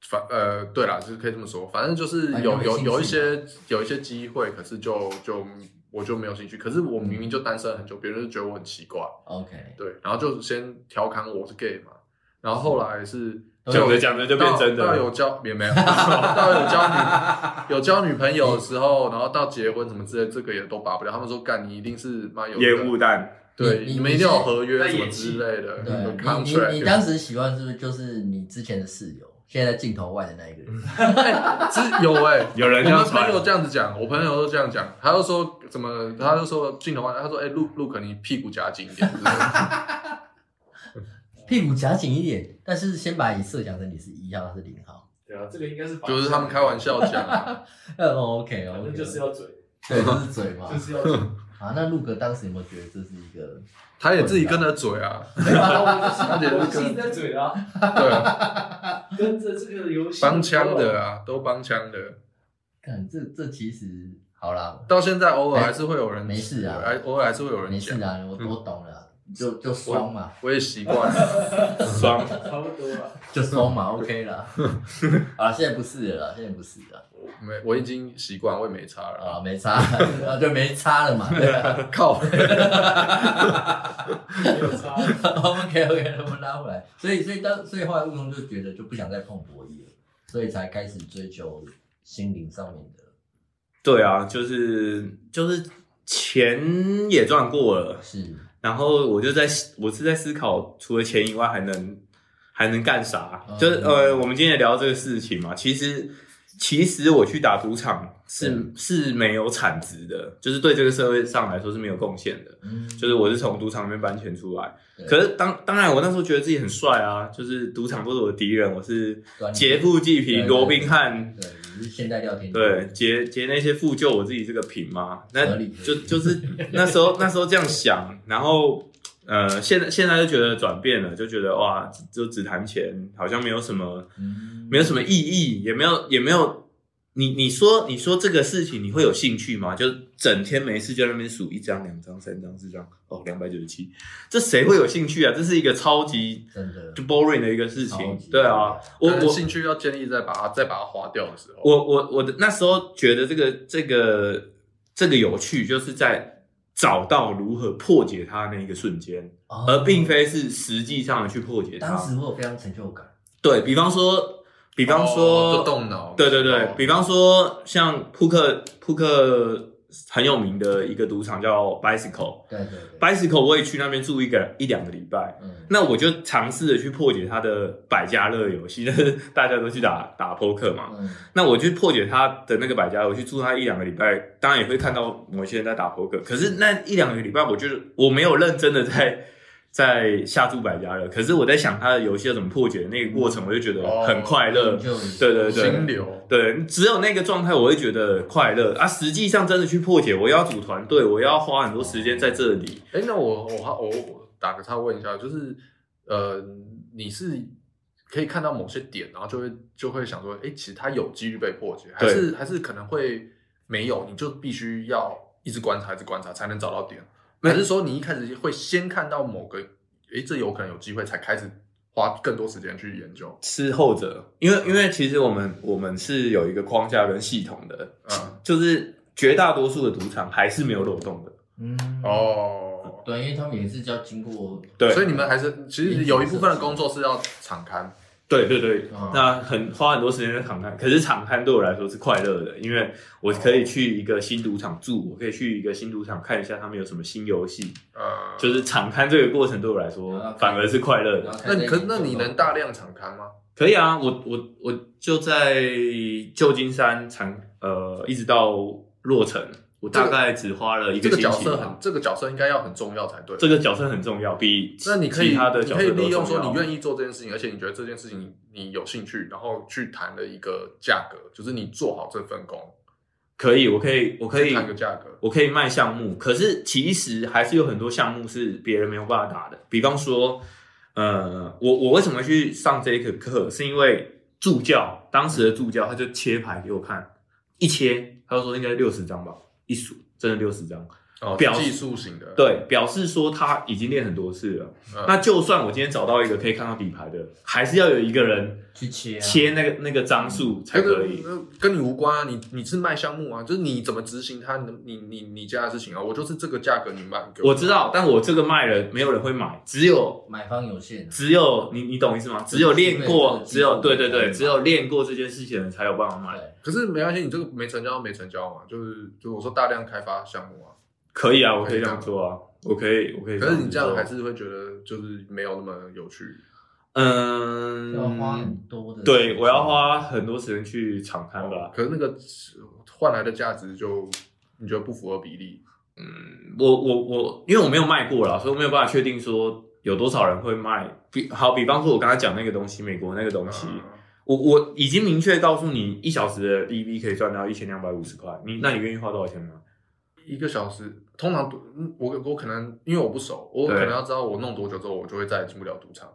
Speaker 4: 反呃，对啦，就是可以这么说，反正就是
Speaker 3: 哎
Speaker 4: 有
Speaker 3: 你有
Speaker 4: 有
Speaker 3: 兴趣
Speaker 4: 有一些有一些机会，可是就就我就没有兴趣。可是我明明就单身很久，别人就觉得我很奇怪，
Speaker 3: OK，
Speaker 4: 对，然后就先调侃我是 gay 嘛，然后后来是
Speaker 3: 嗯
Speaker 2: 讲着讲着就变
Speaker 4: 到
Speaker 2: 真的
Speaker 4: 到
Speaker 2: 了，
Speaker 4: 有交也没有， 到有交女。有交女朋友的时候，然后到结婚什么之类，这个也都拔不了。他们说干，你一定是妈有
Speaker 2: 烟雾
Speaker 4: 的，
Speaker 2: 弹。
Speaker 4: 对，
Speaker 3: 你
Speaker 4: 你们一定要有合
Speaker 2: 在
Speaker 4: 约什么
Speaker 2: 演戏
Speaker 4: 之类的。
Speaker 3: 对
Speaker 4: 有
Speaker 3: 啊，你
Speaker 4: contract
Speaker 3: 你你当时喜欢是不是就是你之前的室友，现在在镜头外的那一个 人？
Speaker 4: 是有哎、
Speaker 2: 有人
Speaker 4: 我
Speaker 2: 这样
Speaker 4: 们朋
Speaker 2: 传
Speaker 4: 友，这样子讲，我朋友都这样讲，他就说怎么，他就说镜头外，他说哎，陆、陆可你屁股夹紧一点，就是
Speaker 3: 屁股夹紧一点，但是先把你设想成你是一号，他是零号。
Speaker 5: 对啊，这个应该是反向
Speaker 4: 就是他们开玩，笑讲、啊，
Speaker 3: 嗯，OK
Speaker 5: 反
Speaker 3: OK，
Speaker 5: 正就是要嘴，
Speaker 3: 对，就是嘴嘛
Speaker 5: 就。是要嘴。
Speaker 3: 啊，那陆哥当时有没有觉得这是一个？
Speaker 4: 他也自己跟着嘴啊，
Speaker 5: 没办法，我
Speaker 4: 他觉
Speaker 5: 们
Speaker 4: 得
Speaker 5: 我们自己在嘴啊，
Speaker 4: 对啊，
Speaker 5: 跟着这个游戏
Speaker 4: 帮腔的啊，都帮腔的，
Speaker 3: 看这这其实好啦，
Speaker 4: 到现在偶尔还是会有人，
Speaker 3: 没事啊
Speaker 4: 还偶尔还是会有人
Speaker 3: 没事
Speaker 4: 讲，
Speaker 3: 啊，
Speaker 2: 嗯
Speaker 3: 我我懂了，就就双嘛，
Speaker 4: 我也习惯了，
Speaker 2: 双
Speaker 5: 差不多了。
Speaker 3: 就双嘛，OK 啦。 好了，现在不是了啦，现在不是了，
Speaker 4: 没，我已经习惯，我也没差了，
Speaker 3: 啊，没差， 啊就没差了嘛。对啊
Speaker 4: 靠，
Speaker 5: 没有差
Speaker 3: OK OK，我们拉回来。所以所以当所以后来悟空就觉得就不想再碰博弈了，所以才开始追求心灵上面的。
Speaker 2: 对啊，就是就是钱也赚过了，
Speaker 3: 是，
Speaker 2: 然后我就在我是在思考，除了钱以外还能还能干啥？
Speaker 3: 嗯
Speaker 2: 就是呃，我们今天也聊这个事情嘛，其实。其实我去打赌场是
Speaker 3: 嗯
Speaker 2: 是没有产值的，就是对这个社会上来说是没有贡献的。
Speaker 3: 嗯，
Speaker 2: 就是我是从赌场里面搬钱出来
Speaker 3: 对，
Speaker 2: 可是当当然我那时候觉得自己很帅啊，就是赌场不是我的敌人，我是
Speaker 3: 对啊你
Speaker 2: 劫富济
Speaker 3: 对
Speaker 2: 贫
Speaker 3: 对
Speaker 2: 罗宾汉，
Speaker 3: 对，你是现代聊天
Speaker 2: 对，劫劫那些富就我自己这个贫嘛，
Speaker 3: 合
Speaker 2: 那
Speaker 3: 理
Speaker 2: 就就是那时候那时候这样想，然后呃现在现在就觉得转变了，就觉得哇就只谈钱好像没有什么
Speaker 3: 嗯
Speaker 2: 没有什么意义，也没有也没有你你说你说这个事情你会有兴趣吗？就整天没事就在那边数一张、两张、三张、四张，哦，两百九十七，这谁会有兴趣啊？这是一个超级
Speaker 3: 真的
Speaker 2: 就 boring 的一个事
Speaker 3: 超
Speaker 2: 情
Speaker 3: 级，
Speaker 2: 对啊，我
Speaker 4: 可能
Speaker 2: 我
Speaker 4: 兴趣要建立在把它再把它花掉的时候，
Speaker 2: 我我我的那时候觉得这个这个这个有趣，就是在找到如何破解它的那一个瞬间，
Speaker 3: 哦
Speaker 2: 而并非是实际上的去破解
Speaker 3: 当
Speaker 2: 它。
Speaker 3: 时我有非常成就感，
Speaker 2: 对比方说，比
Speaker 4: 比
Speaker 2: 方
Speaker 3: 哦
Speaker 2: 说，
Speaker 4: 哦就动脑，
Speaker 2: 对对对
Speaker 4: 哦，
Speaker 2: 比方说像扑克扑克很有名的一个赌场叫 Bicycle。
Speaker 3: 对对对，
Speaker 2: Bicycle 我也去那边住一个一两个礼拜，
Speaker 3: 嗯，
Speaker 2: 那我就尝试着去破解它的百家乐游戏， 但是大家都去打打扑克嘛，
Speaker 3: 嗯
Speaker 2: 那我去破解他的那个百家，我去住他一两个礼拜，当然也会看到某些人在打扑克。可是那一两个礼拜，我就是我没有认真的在在下注百家了。可是我在想他的游戏要怎么破解的那个过程，我就觉得很快乐。
Speaker 3: 哦就
Speaker 2: 呃对对
Speaker 4: 心
Speaker 2: 对
Speaker 4: 流，
Speaker 2: 对，只有那个状态，我会觉得快乐啊。实际上真的去破解，我要组团队，我要花很多时间在这里。
Speaker 4: 哎，那我我我我打个岔问一下，就是呃，你是可以看到某些点，然后就会就会想说，哎，其实它有几率被破解，还
Speaker 2: 对
Speaker 4: 是还是可能会没有，你就必须要一直观察，一直观察才能找到点，
Speaker 2: 没
Speaker 4: 还是说你一开始会先看到某个，哎，这有可能有机会，才开始花更多时间去研究，
Speaker 2: 吃后者，因为因为其实我们我们是有一个框架跟系统的，
Speaker 4: 嗯，
Speaker 2: 就是绝大多数的赌场还是没有漏洞的。
Speaker 3: 嗯，
Speaker 4: 哦。
Speaker 3: 对，因为他们也是要经过，
Speaker 2: 对，
Speaker 4: 所以你们还是其实有一部分的工作是要敞开，
Speaker 2: 对对对，
Speaker 3: 嗯
Speaker 2: 那很花很多时间在场刊，可是场刊对我来说是快乐的，因为我可以去一个新赌场住，我可以去一个新赌场看一下他们有什么新游戏，
Speaker 4: 呃，
Speaker 2: 就是场刊这个过程对我来
Speaker 3: 然
Speaker 4: 啊
Speaker 3: 后
Speaker 2: 说
Speaker 3: 看
Speaker 2: 反而是快乐
Speaker 3: 然
Speaker 2: 的。
Speaker 3: 后
Speaker 4: 那
Speaker 3: 看
Speaker 4: 你可
Speaker 3: 这一
Speaker 4: 那你
Speaker 3: 集
Speaker 4: 能大量敞开吗？
Speaker 2: 可以啊，我我我就在旧金山场，呃，一直到洛城，我大概只花了一
Speaker 4: 这
Speaker 2: 个
Speaker 4: 个
Speaker 2: 星
Speaker 4: 角
Speaker 2: 期
Speaker 4: 色
Speaker 2: 吧
Speaker 4: 很，。这个角色应该要很重要才对。
Speaker 2: 这个角色很重要，比
Speaker 4: 那你可以，
Speaker 2: 其他的
Speaker 4: 你
Speaker 2: 角
Speaker 4: 可
Speaker 2: 色
Speaker 4: 以
Speaker 2: 都重
Speaker 4: 利用说
Speaker 2: 要
Speaker 4: 你愿意做这件事情，而且你觉得这件事情你有兴趣，然后去谈的一个价格，就是你做好这份工，
Speaker 2: 可以，我可以，我可以
Speaker 4: 去谈个价格。
Speaker 2: 我可以卖项目，可是其实还是有很多项目是别人没有办法打的。比方说，呃，我我为什么去上这一个课，是因为助教当时的助教他就切牌给我看，一切他就说应该六十张吧，一数真的六十张，
Speaker 4: 哦，
Speaker 2: 表
Speaker 4: 技术型的，
Speaker 2: 对，表示说他已经练很多次了。
Speaker 4: 嗯
Speaker 2: 那就算我今天找到一个可以看到底牌的，还是要有一个人
Speaker 3: 去切啊
Speaker 2: 切那个那个张数才
Speaker 4: 那
Speaker 2: 可
Speaker 4: 个
Speaker 2: 以。
Speaker 4: 那跟你无关啊，你你是卖项目啊，就是你怎么执行它，你你你你家的事情啊，我就是这个价格你卖给
Speaker 2: 我知道，但我这个卖了，没有人会买，只有
Speaker 3: 买方有限啊，
Speaker 2: 只有你，你懂意思吗？只有练
Speaker 3: 对这
Speaker 2: 过
Speaker 3: 个，
Speaker 2: 只有对对
Speaker 3: 对
Speaker 2: 对，
Speaker 3: 对
Speaker 2: 只有练过这件事情的人才有办法买。
Speaker 3: 对，
Speaker 4: 可是没关系，你这个没成交没成交嘛，就是就我说大量开发项目啊，
Speaker 2: 可以啊，我可以这样做啊，我可以，我可以。
Speaker 4: 可是你这样还
Speaker 2: 做，
Speaker 4: 是会觉得就是没有那么有趣。
Speaker 3: 要花很
Speaker 2: 嗯，
Speaker 3: 多的，
Speaker 2: 对，我要花，很多时间去场刊吧。
Speaker 4: 可是那个换来的价值就你觉得不符合比例，
Speaker 2: 我我我，因为我没有卖过啦，所以我没有办法确定说有多少人会卖。比好，比方说我刚才讲那个东西，美国那个东西，
Speaker 4: 嗯
Speaker 2: 我我已经明确告诉你，一小时的 DV 可以赚到一千两百五十块，你那你愿意花多少钱吗？
Speaker 4: 一个小时通常嗯我我可能因为我不熟，我
Speaker 2: 对
Speaker 4: 可能要知道我弄多久之后，我就会再也进不了赌场，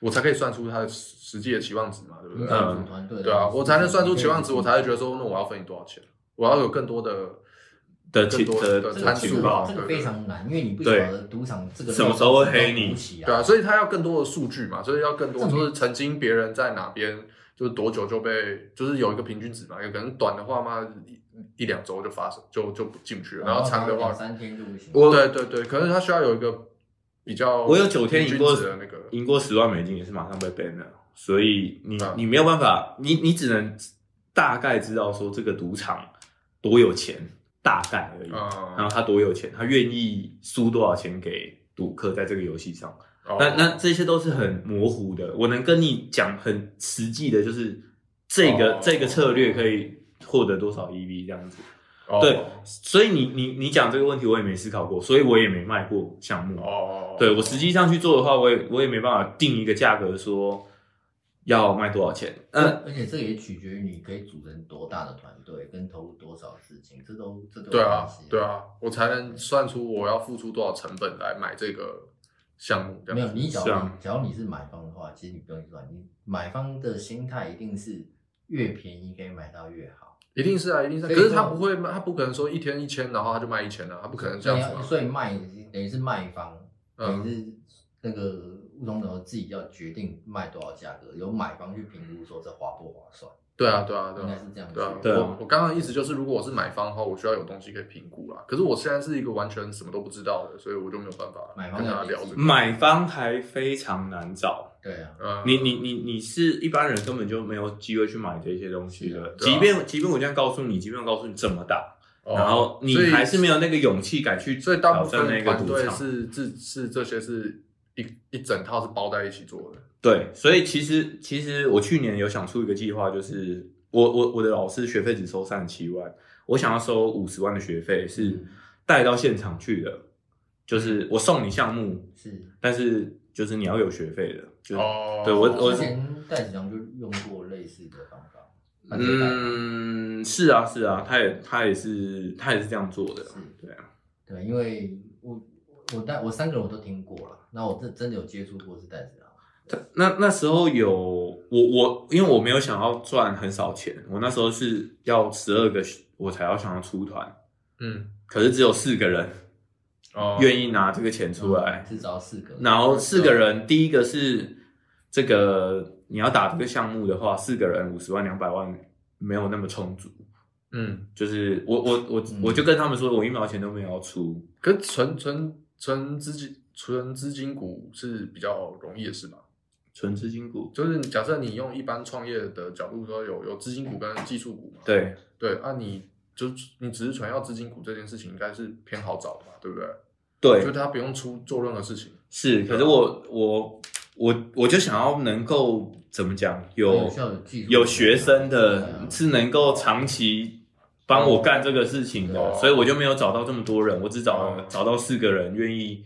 Speaker 4: 我才可以算出它的实实际的期望值嘛，对不对？
Speaker 2: 嗯
Speaker 3: 组团队的，
Speaker 4: 对啊，我才能算出期望值，我才会觉得说，那我要分你多少钱，我要有更多的
Speaker 2: 的
Speaker 4: 更
Speaker 2: 情
Speaker 4: 多
Speaker 2: 的
Speaker 4: 的
Speaker 2: 的
Speaker 3: 这个
Speaker 4: 参
Speaker 2: 情
Speaker 4: 数
Speaker 2: 报
Speaker 4: 啊，
Speaker 3: 这
Speaker 4: 对
Speaker 3: 个
Speaker 4: 对
Speaker 3: 非常难，因为你不晓
Speaker 2: 对
Speaker 3: 得赌场这个
Speaker 2: 什么时候会黑你
Speaker 3: 东西
Speaker 4: 对啊，
Speaker 3: 啊，
Speaker 4: 所以他要更多的数据嘛，所以要更多
Speaker 3: 这种
Speaker 4: 就是曾经别人在哪边，就是多久就被，就是有一个平均值嘛，有可能短的话嘛，一一两周就发生就就不进去了，然后长的话
Speaker 3: 两，三天就不行，
Speaker 2: 我
Speaker 4: 对对对，可能他需要有一个比较，
Speaker 2: 我有九天赢过
Speaker 4: 的那个，
Speaker 2: 赢过十万美金也是马上被 ban 了，所以你、
Speaker 4: 嗯
Speaker 2: 你没有办法，你你只能大概知道说这个赌场多有钱，大概而已。然
Speaker 4: 嗯，
Speaker 2: 后他多有钱，他愿意输多少钱给赌客在这个游戏上，
Speaker 4: 哦
Speaker 2: 那那这些都是很模糊的。我能跟你讲很实际的，就是这个、
Speaker 4: 哦
Speaker 2: 这个策略可以获得多少 EV 这样子。
Speaker 4: 哦
Speaker 2: 对，所以你你你讲这个问题，我也没思考过，所以我也没卖过项目。
Speaker 4: 哦，
Speaker 2: 对我实际上去做的话，我也我也没办法定一个价格说要卖多少钱。嗯，
Speaker 3: 而且这也取决于你可以组成多大的团队，跟投入多少资金，这都这都有
Speaker 4: 对啊
Speaker 3: 关系
Speaker 4: 对，啊，我才能算出我要付出多少成本来买这个项目，这
Speaker 3: 没
Speaker 4: 样
Speaker 3: 有
Speaker 4: 子
Speaker 3: 你只要
Speaker 2: 是
Speaker 3: 你、
Speaker 2: 啊
Speaker 3: 只要你是买方的话，其实你不用去算，你买方的心态一定是越便宜可以买到越好，
Speaker 4: 一定是啊，一定是啊、
Speaker 3: 所以
Speaker 4: 可是他
Speaker 3: 说
Speaker 4: 不会卖，他不可能说一天一千，然后他就卖一千啊，他不可能这
Speaker 3: 所以
Speaker 4: 样子
Speaker 3: 要
Speaker 4: 嘛。
Speaker 3: 所以卖等于是卖方，等
Speaker 4: 嗯，
Speaker 3: 于是那个吴总总自己要决定卖多少价格，由买方去评估说这划不划算，
Speaker 4: 对啊，对啊，对
Speaker 3: 应该
Speaker 4: 啊。
Speaker 3: 是这样子
Speaker 4: 对啊，。
Speaker 2: 对啊
Speaker 4: 我我刚刚的意思就是，如果我是买方的话，我需要有东西可以评估啦。可是我现在是一个完全什么都不知道的，所以我就没有办法
Speaker 3: 买方
Speaker 4: 跟
Speaker 3: 要
Speaker 4: 他
Speaker 3: 理
Speaker 4: 聊
Speaker 3: 解
Speaker 4: 这个。
Speaker 2: 买方还非常难找，
Speaker 3: 对啊，
Speaker 4: 嗯，
Speaker 2: 你你你你是一般人根本就没有机会去买这些东西的。
Speaker 4: 是啊
Speaker 2: 即便即便我这样告诉你，即便我告诉你怎么打，
Speaker 4: 哦，
Speaker 2: 然后你
Speaker 4: 所以
Speaker 2: 还是没有那个勇气敢去
Speaker 4: 所以大
Speaker 2: 挑
Speaker 4: 部
Speaker 2: 战那个
Speaker 4: 分团
Speaker 2: 赌
Speaker 4: 队
Speaker 2: 场。
Speaker 4: 是是是这些是一一整套是包在一起做的。
Speaker 2: 对，所以其实其实我去年有想出一个计划，就是我我我的老师学费只收三十七万，我想要收五十万的学费，
Speaker 4: 嗯
Speaker 2: 是带到现场去的，就是我送你项目，
Speaker 3: 是。
Speaker 2: 但是就是你要有学费的，就
Speaker 4: 哦，
Speaker 2: 对我我
Speaker 3: 之前戴子强就用过类似的方法，他直接带
Speaker 2: 嗯，是啊是啊，他也他也是他也是这样做的
Speaker 3: 是，
Speaker 2: 对啊，
Speaker 3: 对，因为我我带我三个人我都听过了，那我这真的有接触过是啊戴子郎，
Speaker 2: 那那时候有我我因为我没有想要赚很少钱，我那时候是要十二个我才要想要出团，
Speaker 4: 嗯
Speaker 2: 可是只有四个人。
Speaker 4: 哦，
Speaker 2: 愿意拿这个钱出来。
Speaker 3: 至少四个，
Speaker 2: 然后四个人，第一个是这个你要打这个项目的话，四个人五十万两百万没有那么充足。
Speaker 4: 嗯，
Speaker 2: 就是我我我
Speaker 3: 嗯
Speaker 2: 我就跟他们说，我一毛钱都没有要出。
Speaker 4: 可是纯纯纯资金纯资金股是比较容易的事吧？
Speaker 2: 纯资金股，
Speaker 4: 就是假设你用一般创业的角度说有，有资金股跟技术股嘛？
Speaker 2: 对，
Speaker 4: 对，啊你，就你只是传要资金股这件事情，应该是偏好找的嘛，对不对？
Speaker 2: 对，
Speaker 4: 就他不用出做任何事情。
Speaker 2: 是。可是我我我我就想要能够怎么讲，有
Speaker 3: 需要有技术
Speaker 2: 有学生
Speaker 3: 对啊
Speaker 2: 的是能够长期帮我干这个事情的，
Speaker 4: 哦
Speaker 2: 所以我就没有找到这么多人，我只找
Speaker 4: 哦
Speaker 2: 找到四个人愿意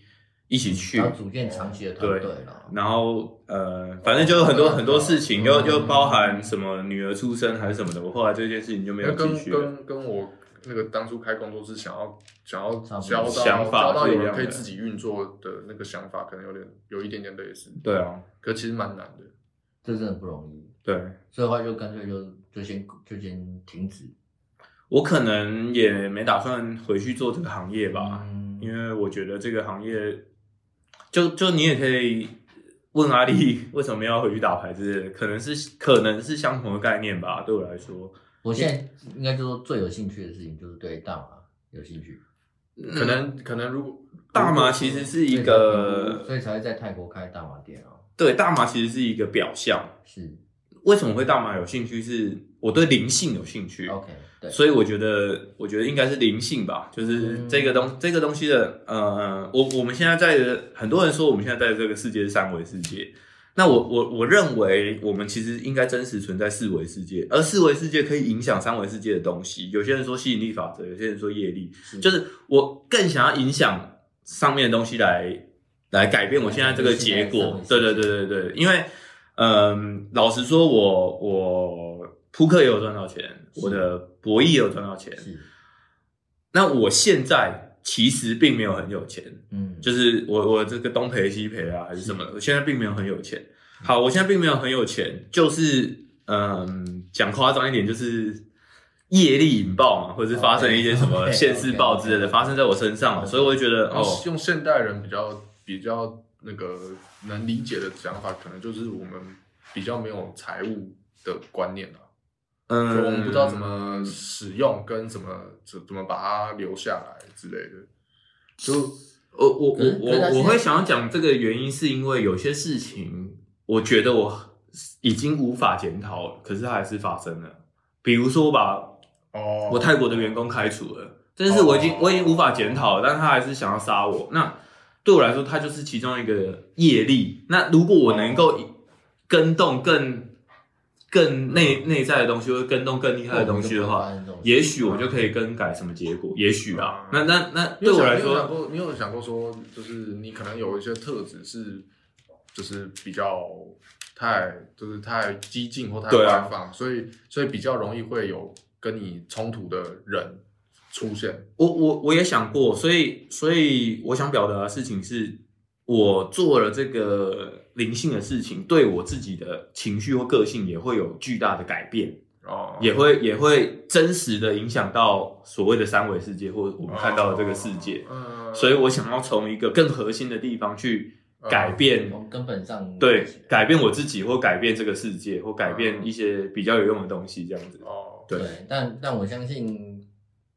Speaker 2: 一起去
Speaker 3: 然，后组建长期的团队了，
Speaker 2: 然后呃，反正就有很多
Speaker 4: 哦
Speaker 2: 很多事情，
Speaker 4: 嗯
Speaker 2: 又又包含什么女儿出生还是什么的，我后来这件事情就没有
Speaker 4: 那
Speaker 2: 继
Speaker 4: 跟
Speaker 2: 续了。
Speaker 4: 跟跟我那个当初开工作室想要想要
Speaker 3: 差不多
Speaker 4: 交到
Speaker 2: 想法
Speaker 4: 交到
Speaker 2: 是一
Speaker 4: 有人
Speaker 2: 样
Speaker 4: 可以
Speaker 2: 的
Speaker 4: 自己运作的那个想法，可能有点有一点点类
Speaker 3: 嗯
Speaker 4: 似，
Speaker 2: 对啊，
Speaker 4: 可其实蛮难的。
Speaker 3: 这真的不容易，
Speaker 2: 对
Speaker 3: 所以的话就干脆就就先就先停止
Speaker 2: 我可能也没打算回去做这个行业吧，
Speaker 3: 嗯
Speaker 2: 因为我觉得这个行业，就就你也可以问阿丽为什么要回去打牌之类的，可能是可能是相同的概念吧，对我来说，
Speaker 3: 我现在应该就说最有兴趣的事情就是对大麻有兴趣，嗯
Speaker 4: 可能可能如果
Speaker 2: 大麻其实是一
Speaker 3: 所
Speaker 2: 个
Speaker 3: 以才会在泰国开大麻店啊，
Speaker 2: 对大麻其实是一个表象，
Speaker 3: 是
Speaker 2: 为什么会大麻有兴趣是？我对灵性有兴趣
Speaker 3: OK 对，
Speaker 2: 所以我觉得，我觉得应该是灵性吧，就是
Speaker 3: 嗯
Speaker 2: 这个东、这个东西的，呃，我我们现在在的很多人说我们现在在的这个世界是三维世界，那我我我认为我们其实应该真实存在四维世界，而四维世界可以影响三维世界的东西。有些人说吸引力法则，有些人说业力，
Speaker 3: 以
Speaker 2: 就是我更想要影响上面的东西来来改变我现在这个结果。对对对对对，因为嗯，老实说我，我扑克也有赚到钱，
Speaker 3: 是
Speaker 2: 我的博弈也有赚到钱。
Speaker 3: 是
Speaker 2: 那我现在其实并没有很有钱，
Speaker 3: 嗯
Speaker 2: 就是我我这个东赔西赔啊还是什么的，我现在并没有很有钱。好，我现在并没有很有钱，就是嗯，讲夸张一点，就是业力引爆嘛，或者是发生一些什么
Speaker 3: OK，OK，OK
Speaker 2: 现世报之类的发生在我身上了，所以我会觉得
Speaker 4: 然
Speaker 2: 哦，
Speaker 4: 后用现代人比较比较那个能理解的想法，可能就是我们比较没有财务的观念啊，就
Speaker 2: 嗯，
Speaker 4: 我们不知道怎么使用跟怎么怎怎么把它留下来之类的。就
Speaker 2: 我我
Speaker 3: 可是
Speaker 2: 我
Speaker 3: 可是他现在
Speaker 2: 我我会想要讲这个原因，是因为有些事情，我觉得我已经无法检讨了，可是它还是发生了。比如说，我把
Speaker 4: 哦
Speaker 2: 我泰国的员工开除了，但是我已经我已经无法检讨了，但他还是想要杀我。那对我来说，它就是其中一个业力。那如果我能够跟动更更内内在的东西，或者跟动更厉害的东西
Speaker 3: 哦
Speaker 2: 的话，，也许我
Speaker 3: 啊
Speaker 2: 就可以更改什么结果，也许啊。那那那
Speaker 4: 你
Speaker 2: 对
Speaker 4: 有
Speaker 2: 我
Speaker 4: 想
Speaker 2: 来
Speaker 4: 你有
Speaker 2: 说，
Speaker 4: 想过你有想过说，就是你可能有一些特质是，就是比较太就是太激进或太
Speaker 2: 对啊
Speaker 4: 外放，所以所以比较容易会有跟你冲突的人出现。
Speaker 2: 我我我也想过，所以所以我想表达的事情是，我做了这个灵性的事情，对我自己的情绪或个性也会有巨大的改变。
Speaker 4: 哦，
Speaker 2: 也会也会真实的影响到所谓的三维世界或我们看到的这个世界。
Speaker 4: 嗯
Speaker 2: 所以我想要从一个更核心的地方去改变，
Speaker 3: 从根本上
Speaker 2: 对，改变我自己或改变这个世界或改变一些比较有用的东西，这样子。
Speaker 4: 哦，
Speaker 2: 对
Speaker 3: 对，但但我相信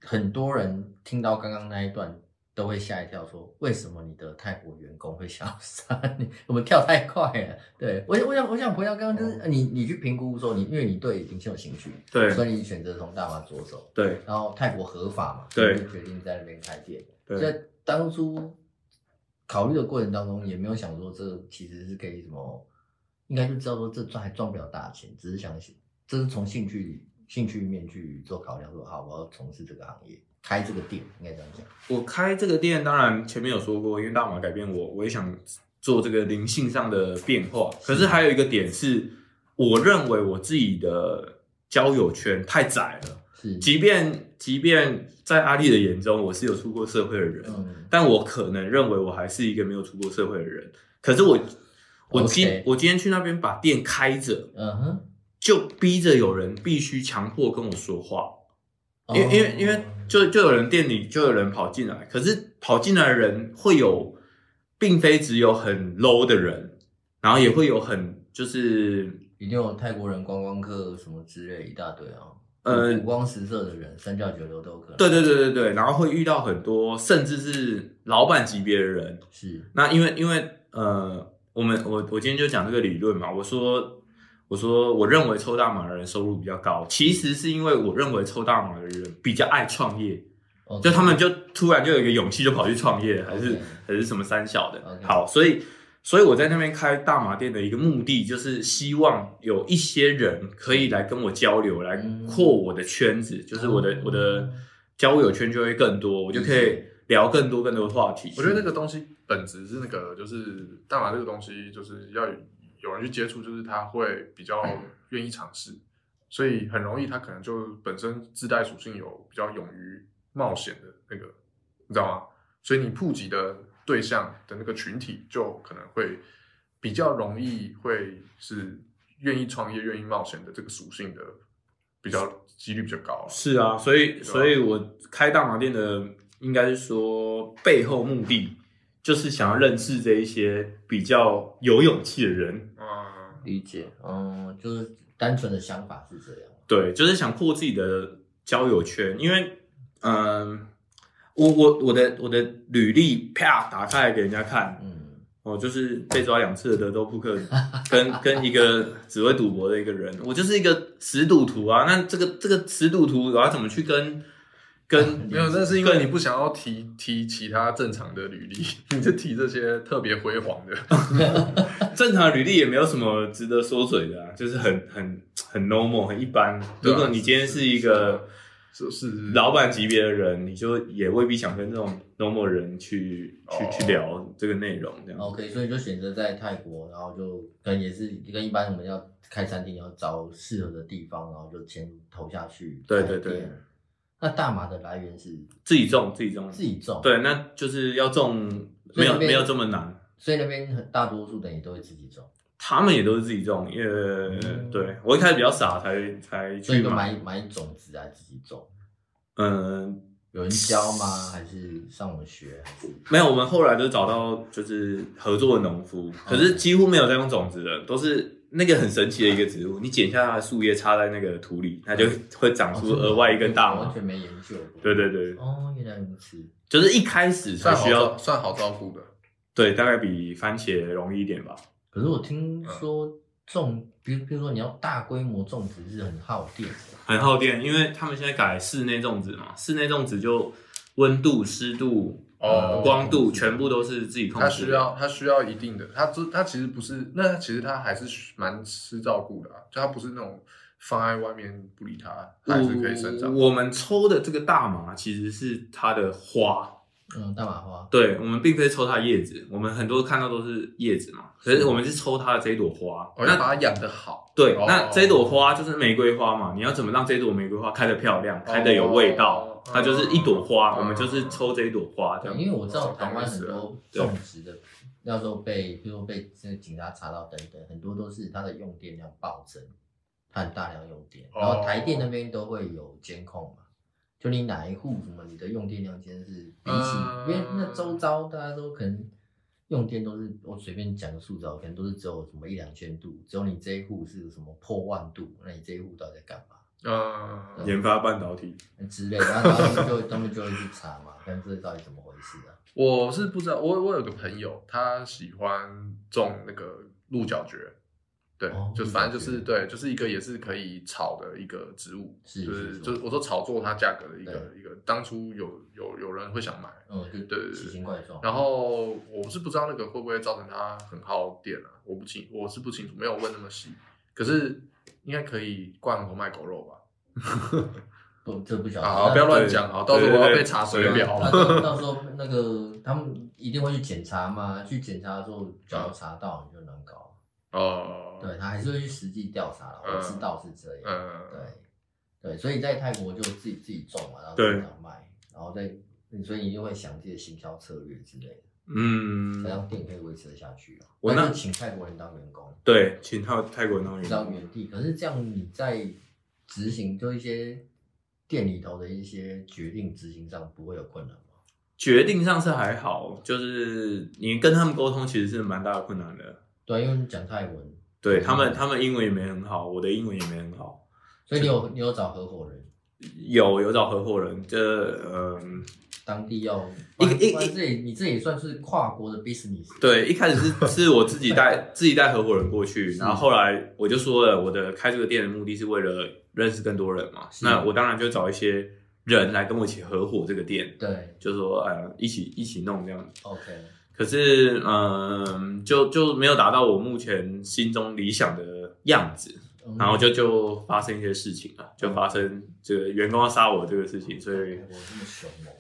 Speaker 3: 很多人听到刚刚那一段都会吓一跳说，为什么你的泰国员工会消散？你 我们跳太快了。对我我想我想回到刚刚就是、呃你你去评估说你因为你对灵性有兴趣，
Speaker 2: 哦对
Speaker 3: 所以你选择从大马着手，
Speaker 2: 对
Speaker 3: 然后泰国合法嘛，
Speaker 2: 对
Speaker 3: 你就决定在那边开店。
Speaker 2: 对
Speaker 3: 在当初考虑的过程当中，也没有想说这其实是可以什么，应该就知道说这赚还赚不了大钱，只是想这是从兴趣兴趣面去做考量说，好，我要从事这个行业，开这个店，应该这样讲。
Speaker 2: 我开这个店，当然前面有说过，因为大马改变我，我也想做这个灵性上的变化。可是还有一个点是，我认为我自己的交友圈太窄了。
Speaker 3: 是，
Speaker 2: 即便即便在阿丽的眼中，我是有出过社会的人，
Speaker 3: 嗯，
Speaker 2: 但我可能认为我还是一个没有出过社会的人。可是我，我今
Speaker 3: OK
Speaker 2: 我今天去那边把店开着，
Speaker 3: 嗯哼，
Speaker 2: 就逼着有人必须强迫跟我说话，
Speaker 3: 哦
Speaker 2: 因为因为因为就就有人店里就有人跑进来，可是跑进来的人会有，并非只有很 low 的人，然后也会有很就是
Speaker 3: 一定有泰国人、观光客什么之类一大堆啊，
Speaker 2: 呃
Speaker 3: 五光十色的人，三教九流都有可能。
Speaker 2: 对对对对对，然后会遇到很多甚至是老板级别的人，
Speaker 3: 是，
Speaker 2: 那因为因为呃，我们我我今天就讲这个理论嘛，我说我说我认为抽大麻的人收入比较高，其实是因为我认为抽大麻的人比较爱创业，
Speaker 3: OK
Speaker 2: 就他们就突然就有一个勇气就跑去创业，还是
Speaker 3: OK
Speaker 2: 还是什么三小的。
Speaker 3: OK
Speaker 2: 好，所以所以我在那边开大麻店的一个目的就是希望有一些人可以来跟我交流，来
Speaker 3: 嗯
Speaker 2: 扩我的圈子，就是我的我
Speaker 4: 哦
Speaker 2: 的交友圈就会更多，我就可以聊更多更多的话题。
Speaker 4: 我觉得那个东西本质是那个，就是大麻这个东西，就是要有人去接触，就是他会比较愿意尝试，所以很容易他可能就本身自带属性有比较勇于冒险的那个，你知道吗？所以你普及的对象的那个群体就可能会比较容易会是愿意创业、愿意冒险的这个属性的比较几率比较高。
Speaker 2: 是啊，所以所以我开大麻店的，应该是说背后目的就是想要认识这一些比较有勇气的人，
Speaker 4: 嗯，
Speaker 3: 理解，嗯，就是单纯的想法是这样。
Speaker 2: 对，就是想扩自己的交友圈，因为嗯、我我我的我的履历啪打开来给人家看，
Speaker 3: 嗯，
Speaker 2: 我就是被抓两次的德州扑 克，跟跟一个只会赌博的一个人，我就是一个死赌徒啊，那这个这个死赌徒我要怎么去跟跟
Speaker 4: 没有，那是因为你不想要提提其他正常的履历， 你就提这些特别辉煌的。
Speaker 2: 正常的履历也没有什么值得缩水的、啊，就是很很很 normal，很一般。
Speaker 4: 对
Speaker 2: 如
Speaker 4: 啊
Speaker 2: 果你今天是一个
Speaker 4: 是是
Speaker 3: 啊嗯
Speaker 4: 是
Speaker 2: 老板级别的人，你就也未必想跟这种 normal 人去去、
Speaker 4: 哦
Speaker 2: 去聊这个内容，这样。
Speaker 3: OK，所以就选择在泰国，然后就可能也是跟一般我们要开餐厅要找适合的地方，然后就先投下去。
Speaker 2: 对
Speaker 3: 开
Speaker 2: 对对
Speaker 3: 店。那大麻的来源是
Speaker 2: 自己种，自己种，
Speaker 3: 自己种，，
Speaker 2: 对，那就是要种，
Speaker 3: 所
Speaker 2: 没
Speaker 3: 以
Speaker 2: 有
Speaker 3: 那边
Speaker 2: 没有这么难。
Speaker 3: 所以那边很大多数的你都会自己种，
Speaker 2: 他们也都是自己种，呃，
Speaker 3: 嗯
Speaker 2: 对我一开始比较傻，才才
Speaker 3: 所以
Speaker 2: 去
Speaker 3: 就
Speaker 2: 买，
Speaker 3: 买买种子来自己种。
Speaker 2: 嗯，
Speaker 3: 有人教吗？还是上网学？还是
Speaker 2: 没有，我们后来就找到就是合作的农夫，可
Speaker 4: 嗯
Speaker 2: 是几乎没有在用种子的，都是那个很神奇的一个植物，你剪下它的树叶插在那个土里，它就
Speaker 4: 嗯
Speaker 2: 会长出额外一根
Speaker 4: 哦
Speaker 2: 大
Speaker 3: 完
Speaker 2: 麻。
Speaker 3: 全没研究过。
Speaker 2: 对对对，
Speaker 3: 哦，原来如此。
Speaker 2: 就是一开始才
Speaker 4: 算好
Speaker 2: 需要
Speaker 4: 照算好照顾的，
Speaker 2: 对，大概比番茄容易一点吧。
Speaker 3: 可是我
Speaker 2: 嗯
Speaker 3: 听说种，比如比如说你要大规模种植是很耗电的。
Speaker 2: 很耗电，因为他们现在改室内种植嘛，室内种植就温度、湿度、
Speaker 4: 哦
Speaker 2: 呃光度全部都是自己控制。
Speaker 4: 他需要他需要一定的，他这他其实不是，那其实他还是需蛮吃照顾的、啊，就他不是那种放在外面不理他，他还是可以生长。
Speaker 2: 我我们抽的这个大麻其实是它的花，
Speaker 3: 嗯，大麻花。
Speaker 2: 对，我们并非抽它的叶子，我们很多看到都是叶子嘛，可是我哦们是抽它的这一朵花。
Speaker 4: 我要
Speaker 2: 那
Speaker 4: 把它养得好，
Speaker 2: 对，
Speaker 4: 哦
Speaker 2: 那这一朵花就是玫瑰花嘛，你要怎么让这朵玫瑰花开得漂亮，开得有味道
Speaker 4: 哦？
Speaker 2: 它就是一朵花，
Speaker 4: 嗯
Speaker 2: 我们就是抽这一朵花这
Speaker 3: 对，
Speaker 2: 样。
Speaker 3: 因为我知道
Speaker 4: 哦懂
Speaker 3: 台湾
Speaker 4: 意思
Speaker 3: 很
Speaker 4: 了
Speaker 3: 多
Speaker 2: 啊对
Speaker 3: 种植的，那时候被，比如说被这个警察查到等等，很多都是它的用电量暴增，它很大量用电，
Speaker 4: 哦
Speaker 3: 然后台电那边都会有监控嘛，就你哪一户什么你的用电量监视彼此，
Speaker 4: 嗯
Speaker 3: 因为那周遭大家都可能用电都是我随便讲个数字哦，可能都是只有什么一两千度，只有你这一户是什么破万度，那你这一户到底在干嘛？
Speaker 4: 啊，
Speaker 2: 研发半导体，
Speaker 3: 之类的，然后他们就他们就会去查嘛，看这到底怎么回事啊？
Speaker 4: 我是不知道，我我有个朋友，他喜欢种那个鹿角蕨，对，
Speaker 3: 哦
Speaker 4: 就
Speaker 3: 鹿角蕨
Speaker 4: 反正就是对，就是一个也是可以炒的一个植物，
Speaker 3: 是
Speaker 4: 就是
Speaker 3: 是
Speaker 4: 就是我说炒作它价格的一个一个，当初有有有人会想买，
Speaker 3: 嗯，就
Speaker 4: 对对对
Speaker 3: 奇形怪状。嗯
Speaker 4: 然后我是不知道那个会不会造成它很耗电啊，我不清我是不清楚，没有问那么细，可是应该可以灌头卖狗肉吧？
Speaker 3: 不，这不晓得。
Speaker 4: 好，
Speaker 3: 那
Speaker 4: 不要乱讲啊，到时候我要被查水
Speaker 3: 对
Speaker 4: 表
Speaker 3: 啊
Speaker 4: 了。
Speaker 3: 到到时候那个他们一定会去检查嘛，去检查的时候，只
Speaker 4: 嗯
Speaker 3: 要查到你就能搞。
Speaker 4: 哦，
Speaker 3: 对，他还是会去实际调查啦。
Speaker 4: 嗯
Speaker 3: 我知道是这样。对
Speaker 4: 嗯，
Speaker 3: 对，所以在泰国就自己自己种嘛，然后
Speaker 2: 对
Speaker 3: 自己卖，然后再，嗯所以你一定会想这些行销策略之类的，
Speaker 2: 嗯
Speaker 3: 才，让店可以维持得下去啊。
Speaker 2: 我那
Speaker 3: 那就请泰国人当员工。
Speaker 2: 对，请泰泰国那
Speaker 3: 到
Speaker 2: 边，
Speaker 3: 原地。可是这样你在执行就一些店里头的一些决定执行上不会有困难吗？
Speaker 2: 决定上是还好，就是你跟他们沟通其实是蛮大的困难的。
Speaker 3: 对啊，因为你讲泰文，
Speaker 2: 对他们，他们英文也没很好，我的英文也没很好。
Speaker 3: 所以你有你有找合伙人，
Speaker 2: 有有找合伙人，这嗯，
Speaker 3: 当地要
Speaker 2: 一个一
Speaker 3: 不然自己你这也算是跨国的 business。
Speaker 2: 对，一开始是是我自己带自己带合伙人过去，然后后来我就说了，我的开这个店的目的是为了认识更多人嘛，
Speaker 3: 是
Speaker 2: 那我当然就找一些人来跟我一起合伙这个店，
Speaker 3: 对
Speaker 2: 就说呃一起一起弄这样子。
Speaker 3: ，OK，
Speaker 2: 可是嗯，就就没有达到我目前心中理想的样子，
Speaker 3: 嗯
Speaker 2: 然后就就发生一些事情了，就发生这个员工要杀我这个事情，所以
Speaker 3: 泰国这么凶哦猛，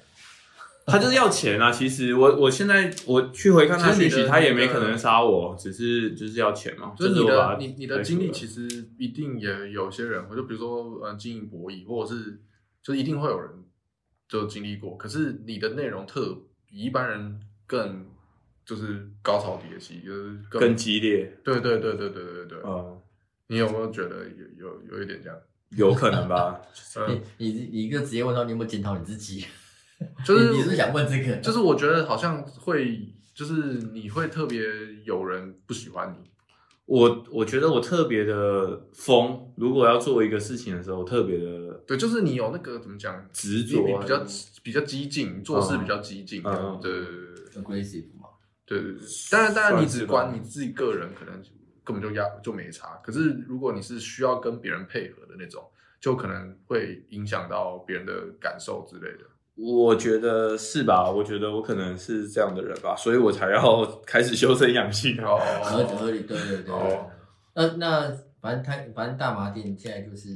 Speaker 2: 他就是要钱啊！其实我我现在我去回看他讯
Speaker 4: 其实
Speaker 2: 息，
Speaker 4: 你的
Speaker 2: 他也没可能杀我，只是就是要钱嘛。
Speaker 4: 就是
Speaker 2: 是
Speaker 4: 你
Speaker 2: 我把
Speaker 4: 的
Speaker 2: 他
Speaker 4: 你你的经历，其
Speaker 2: 实
Speaker 4: 实一定也有些人，我就比如说呃经营博弈，或者是就一定会有人就经历过，可是你的内容特比一般人更就是高潮迭起，就是更
Speaker 2: 更激烈，
Speaker 4: 对对对对对对对，
Speaker 2: 嗯，
Speaker 4: 你有没有觉得有有有一点这样？
Speaker 2: 有可能吧。
Speaker 4: 嗯，
Speaker 3: 你你你一个直接问到你有没有检讨你自己，
Speaker 4: 就
Speaker 3: 你你是想问这个？
Speaker 4: 就是我觉得好像会就是你会特别有人不喜欢你，
Speaker 2: 我我觉得我特别的疯，如果要做一个事情的时候，特别的
Speaker 4: 对，就是你有那个怎么讲
Speaker 2: 执
Speaker 4: 你
Speaker 2: 着
Speaker 4: 你
Speaker 2: 啊
Speaker 4: 比较比较激进，做事比较激进，
Speaker 2: 嗯嗯
Speaker 4: 对对对对
Speaker 3: aggressive 嘛，
Speaker 4: 对对对。当然，当然，你只
Speaker 2: 算
Speaker 4: 管
Speaker 2: 是吧
Speaker 4: 你自己个人，可能根本就压就没差。可是如果你是需要跟别人配合的那种，就可能会影响到别人的感受之类的。
Speaker 2: 我觉得是吧？我觉得我可能是这样的人吧，所以我才要 开始修身养性 啊。
Speaker 3: 合理
Speaker 4: 哦，
Speaker 3: 合理，对对对对。
Speaker 4: 哦
Speaker 3: 那那反正泰反正大麻店现在就是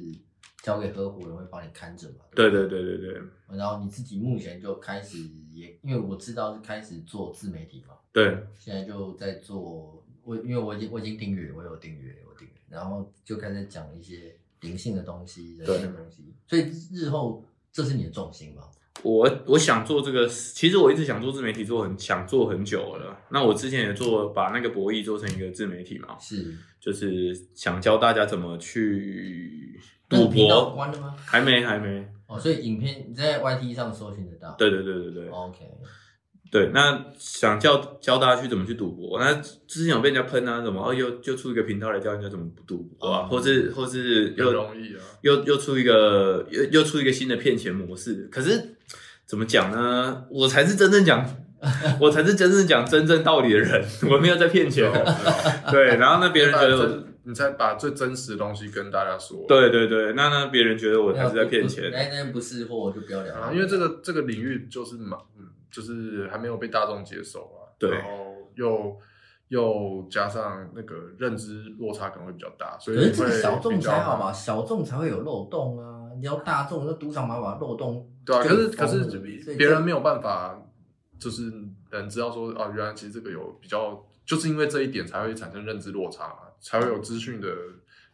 Speaker 3: 交给合伙人会帮你看着嘛，
Speaker 2: 对
Speaker 3: 不
Speaker 2: 对对对对
Speaker 3: 然后你自己目前就开始也，因为我知道是开始做自媒体嘛，
Speaker 2: 对，
Speaker 3: 现在就在做我，因为我已经我已经订阅，我有订阅，我订阅，然后就开始讲一些灵性的东西、人
Speaker 2: 对
Speaker 3: 性的东西，所以日后这是你的重心嘛？
Speaker 2: 我我想做这个，其实我一直想做自媒体，做很想做很久了。那我之前也做把那个博弈做成一个自媒体嘛，
Speaker 3: 是
Speaker 2: 就是想教大家怎么去
Speaker 3: 那
Speaker 2: 赌
Speaker 3: 你频道
Speaker 2: 博。
Speaker 3: 关了吗？
Speaker 2: 还没，还没。
Speaker 3: 哦，所以影片你在 YT 上搜寻得到。
Speaker 2: 对对对对对、
Speaker 3: ，OK，
Speaker 2: 对。那想教教大家去怎么去赌博。那之前有被人家喷啊，什么哦，又就出一个频道来教人家怎么赌博啊，
Speaker 3: 嗯
Speaker 2: 或是或是
Speaker 4: 不
Speaker 2: 又
Speaker 4: 容易啊。
Speaker 2: 又又出一个又又出一个新的骗钱模式。可是怎么讲呢？我才是真正 讲，我才是真正讲真正道理的人， 我没有在骗钱。对，然哦 后那别人觉得我，
Speaker 4: 你才把最真实的东西跟大家说。
Speaker 2: 对对对，那那别人觉得我才是在骗
Speaker 3: 不不
Speaker 2: 钱。
Speaker 3: 那那不是货就不要聊
Speaker 4: 啊，
Speaker 3: 了，
Speaker 4: 因为这个这个领域就是蛮，嗯就是还没有被大众接受啊，
Speaker 2: 对
Speaker 4: 然后又又加上那个认知落差可能会比较大，所以
Speaker 3: 可是这个
Speaker 4: 会
Speaker 3: 小众
Speaker 4: 比较
Speaker 3: 才好吧，小众才会有漏洞啊！你要大众，那赌场麻把漏洞
Speaker 4: 对啊，可
Speaker 3: 就是很
Speaker 4: 可
Speaker 3: 疯了。
Speaker 4: 是别
Speaker 3: 哦
Speaker 4: 人没有办法，就是能知道说啊，原来其实这个有比较，就是因为这一点才会产生认知落差嘛，才会有资讯的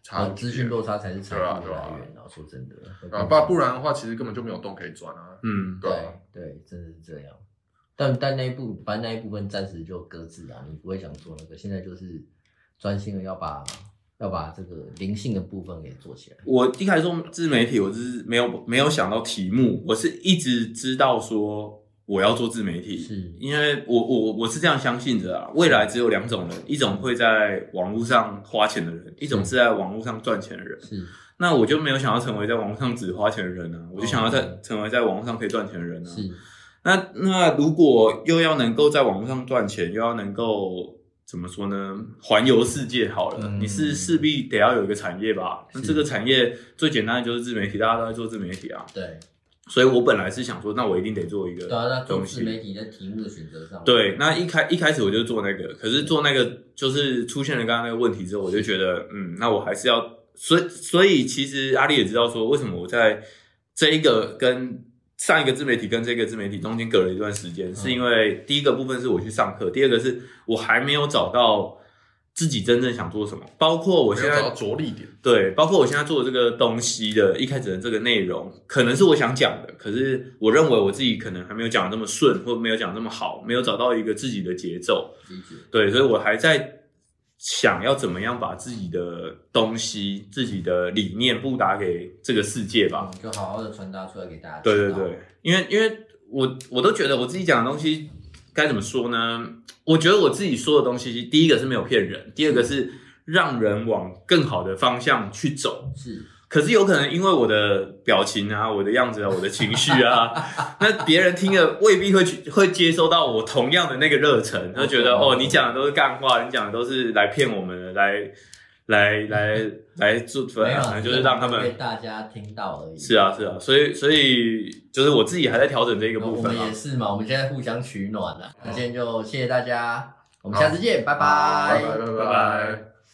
Speaker 4: 差
Speaker 3: 啊，
Speaker 4: 距
Speaker 3: 资讯落差才是财富的
Speaker 4: 对啊
Speaker 3: 来
Speaker 4: 对啊
Speaker 3: 源啊！说真的，
Speaker 4: 啊，不不然的话，其实根本就没有洞可以钻啊，
Speaker 2: 嗯，
Speaker 4: 对
Speaker 3: 对
Speaker 4: 啊
Speaker 3: 对，真的是这样。但但那一部，反正那一部分暂时就搁置啊，你不会想做那个。现在就是专心的要把要把这个灵性的部分给做起来。
Speaker 2: 我一开始做自媒体，我就是没有没有想到题目，我是一直知道说我要做自媒体，
Speaker 3: 是
Speaker 2: 因为我我我是这样相信的啊。未来只有两种人，一种会在网络上花钱的人，一种是在网络上赚钱的人。
Speaker 3: 是，
Speaker 2: 那我就没有想要成为在网络上只花钱的人啊，我就想要在、
Speaker 3: 哦
Speaker 2: 成为在网络上可以赚钱的人啊。
Speaker 3: 是，
Speaker 2: 那那如果又要能够在网络上赚钱，又要能够怎么说呢？环游世界好了，
Speaker 3: 嗯
Speaker 2: 你是势必得要有一个产业吧？那
Speaker 3: 是
Speaker 2: 这个产业最简单的就是自媒体，大家都在做自媒体啊。
Speaker 3: 对，
Speaker 2: 所以我本来是想说，那我一定得做一
Speaker 3: 对啊，
Speaker 2: 个
Speaker 3: 那做
Speaker 2: 东
Speaker 3: 自
Speaker 2: 西。
Speaker 3: 媒体在题目的选择上，
Speaker 2: 对，那一开一开始我就做那个，可是做那个就是出现了刚刚那个问题之后，我就觉得，嗯，那我还是要，所以所以其实阿丽也知道说，为什么我在这一个跟上一个自媒体跟这个自媒体中间隔了一段时间，
Speaker 4: 嗯
Speaker 2: 是因为第一个部分是我去上课，第二个是我还没有找到自己真正想做什么，包括我
Speaker 4: 我
Speaker 2: 现
Speaker 4: 先
Speaker 2: 在
Speaker 4: 找到着力点，
Speaker 2: 对，包括我现在做的这个东西的一开始的这个内容，可能是我想讲的，可是我认为我自己可能还没有讲的那么顺，或没有讲得那么好，没有找到一个自己的节奏。
Speaker 3: 理解，
Speaker 2: 对，所以我还在想要怎么样把自己的东西、自己的理念布达给这个世界吧。
Speaker 3: 就好好的传达出来给大家。
Speaker 2: 对对对，，因为因为我我都觉得我自己讲的东西该怎么说呢？我觉得我自己说的东西，第一个是没有骗人，第二个是让人往更好的方向去走。
Speaker 3: 是，
Speaker 2: 可是有可能因为我的表情啊、 我的样子啊、我的情绪啊， 那别人听了未必会去会接收到我同样的那个热忱，他就觉得
Speaker 3: 哦
Speaker 2: 哦，你讲的都是干话，你讲的都是来骗我们的，来来来来做，
Speaker 3: 没有
Speaker 2: 反正啊就是让他
Speaker 3: 被
Speaker 2: 们
Speaker 3: 大家听到而已。
Speaker 2: 是啊是啊，所以所以就是我自己还在调整这个
Speaker 3: 那
Speaker 2: 部
Speaker 3: 我
Speaker 2: 分
Speaker 3: 们
Speaker 2: 啊
Speaker 3: 也。是嘛，我们现在互啊相取暖了。那今天就谢谢大家，我们
Speaker 4: 好
Speaker 3: 下次见，拜
Speaker 4: 拜
Speaker 3: 拜。
Speaker 4: 拜拜
Speaker 2: 拜拜
Speaker 4: 拜。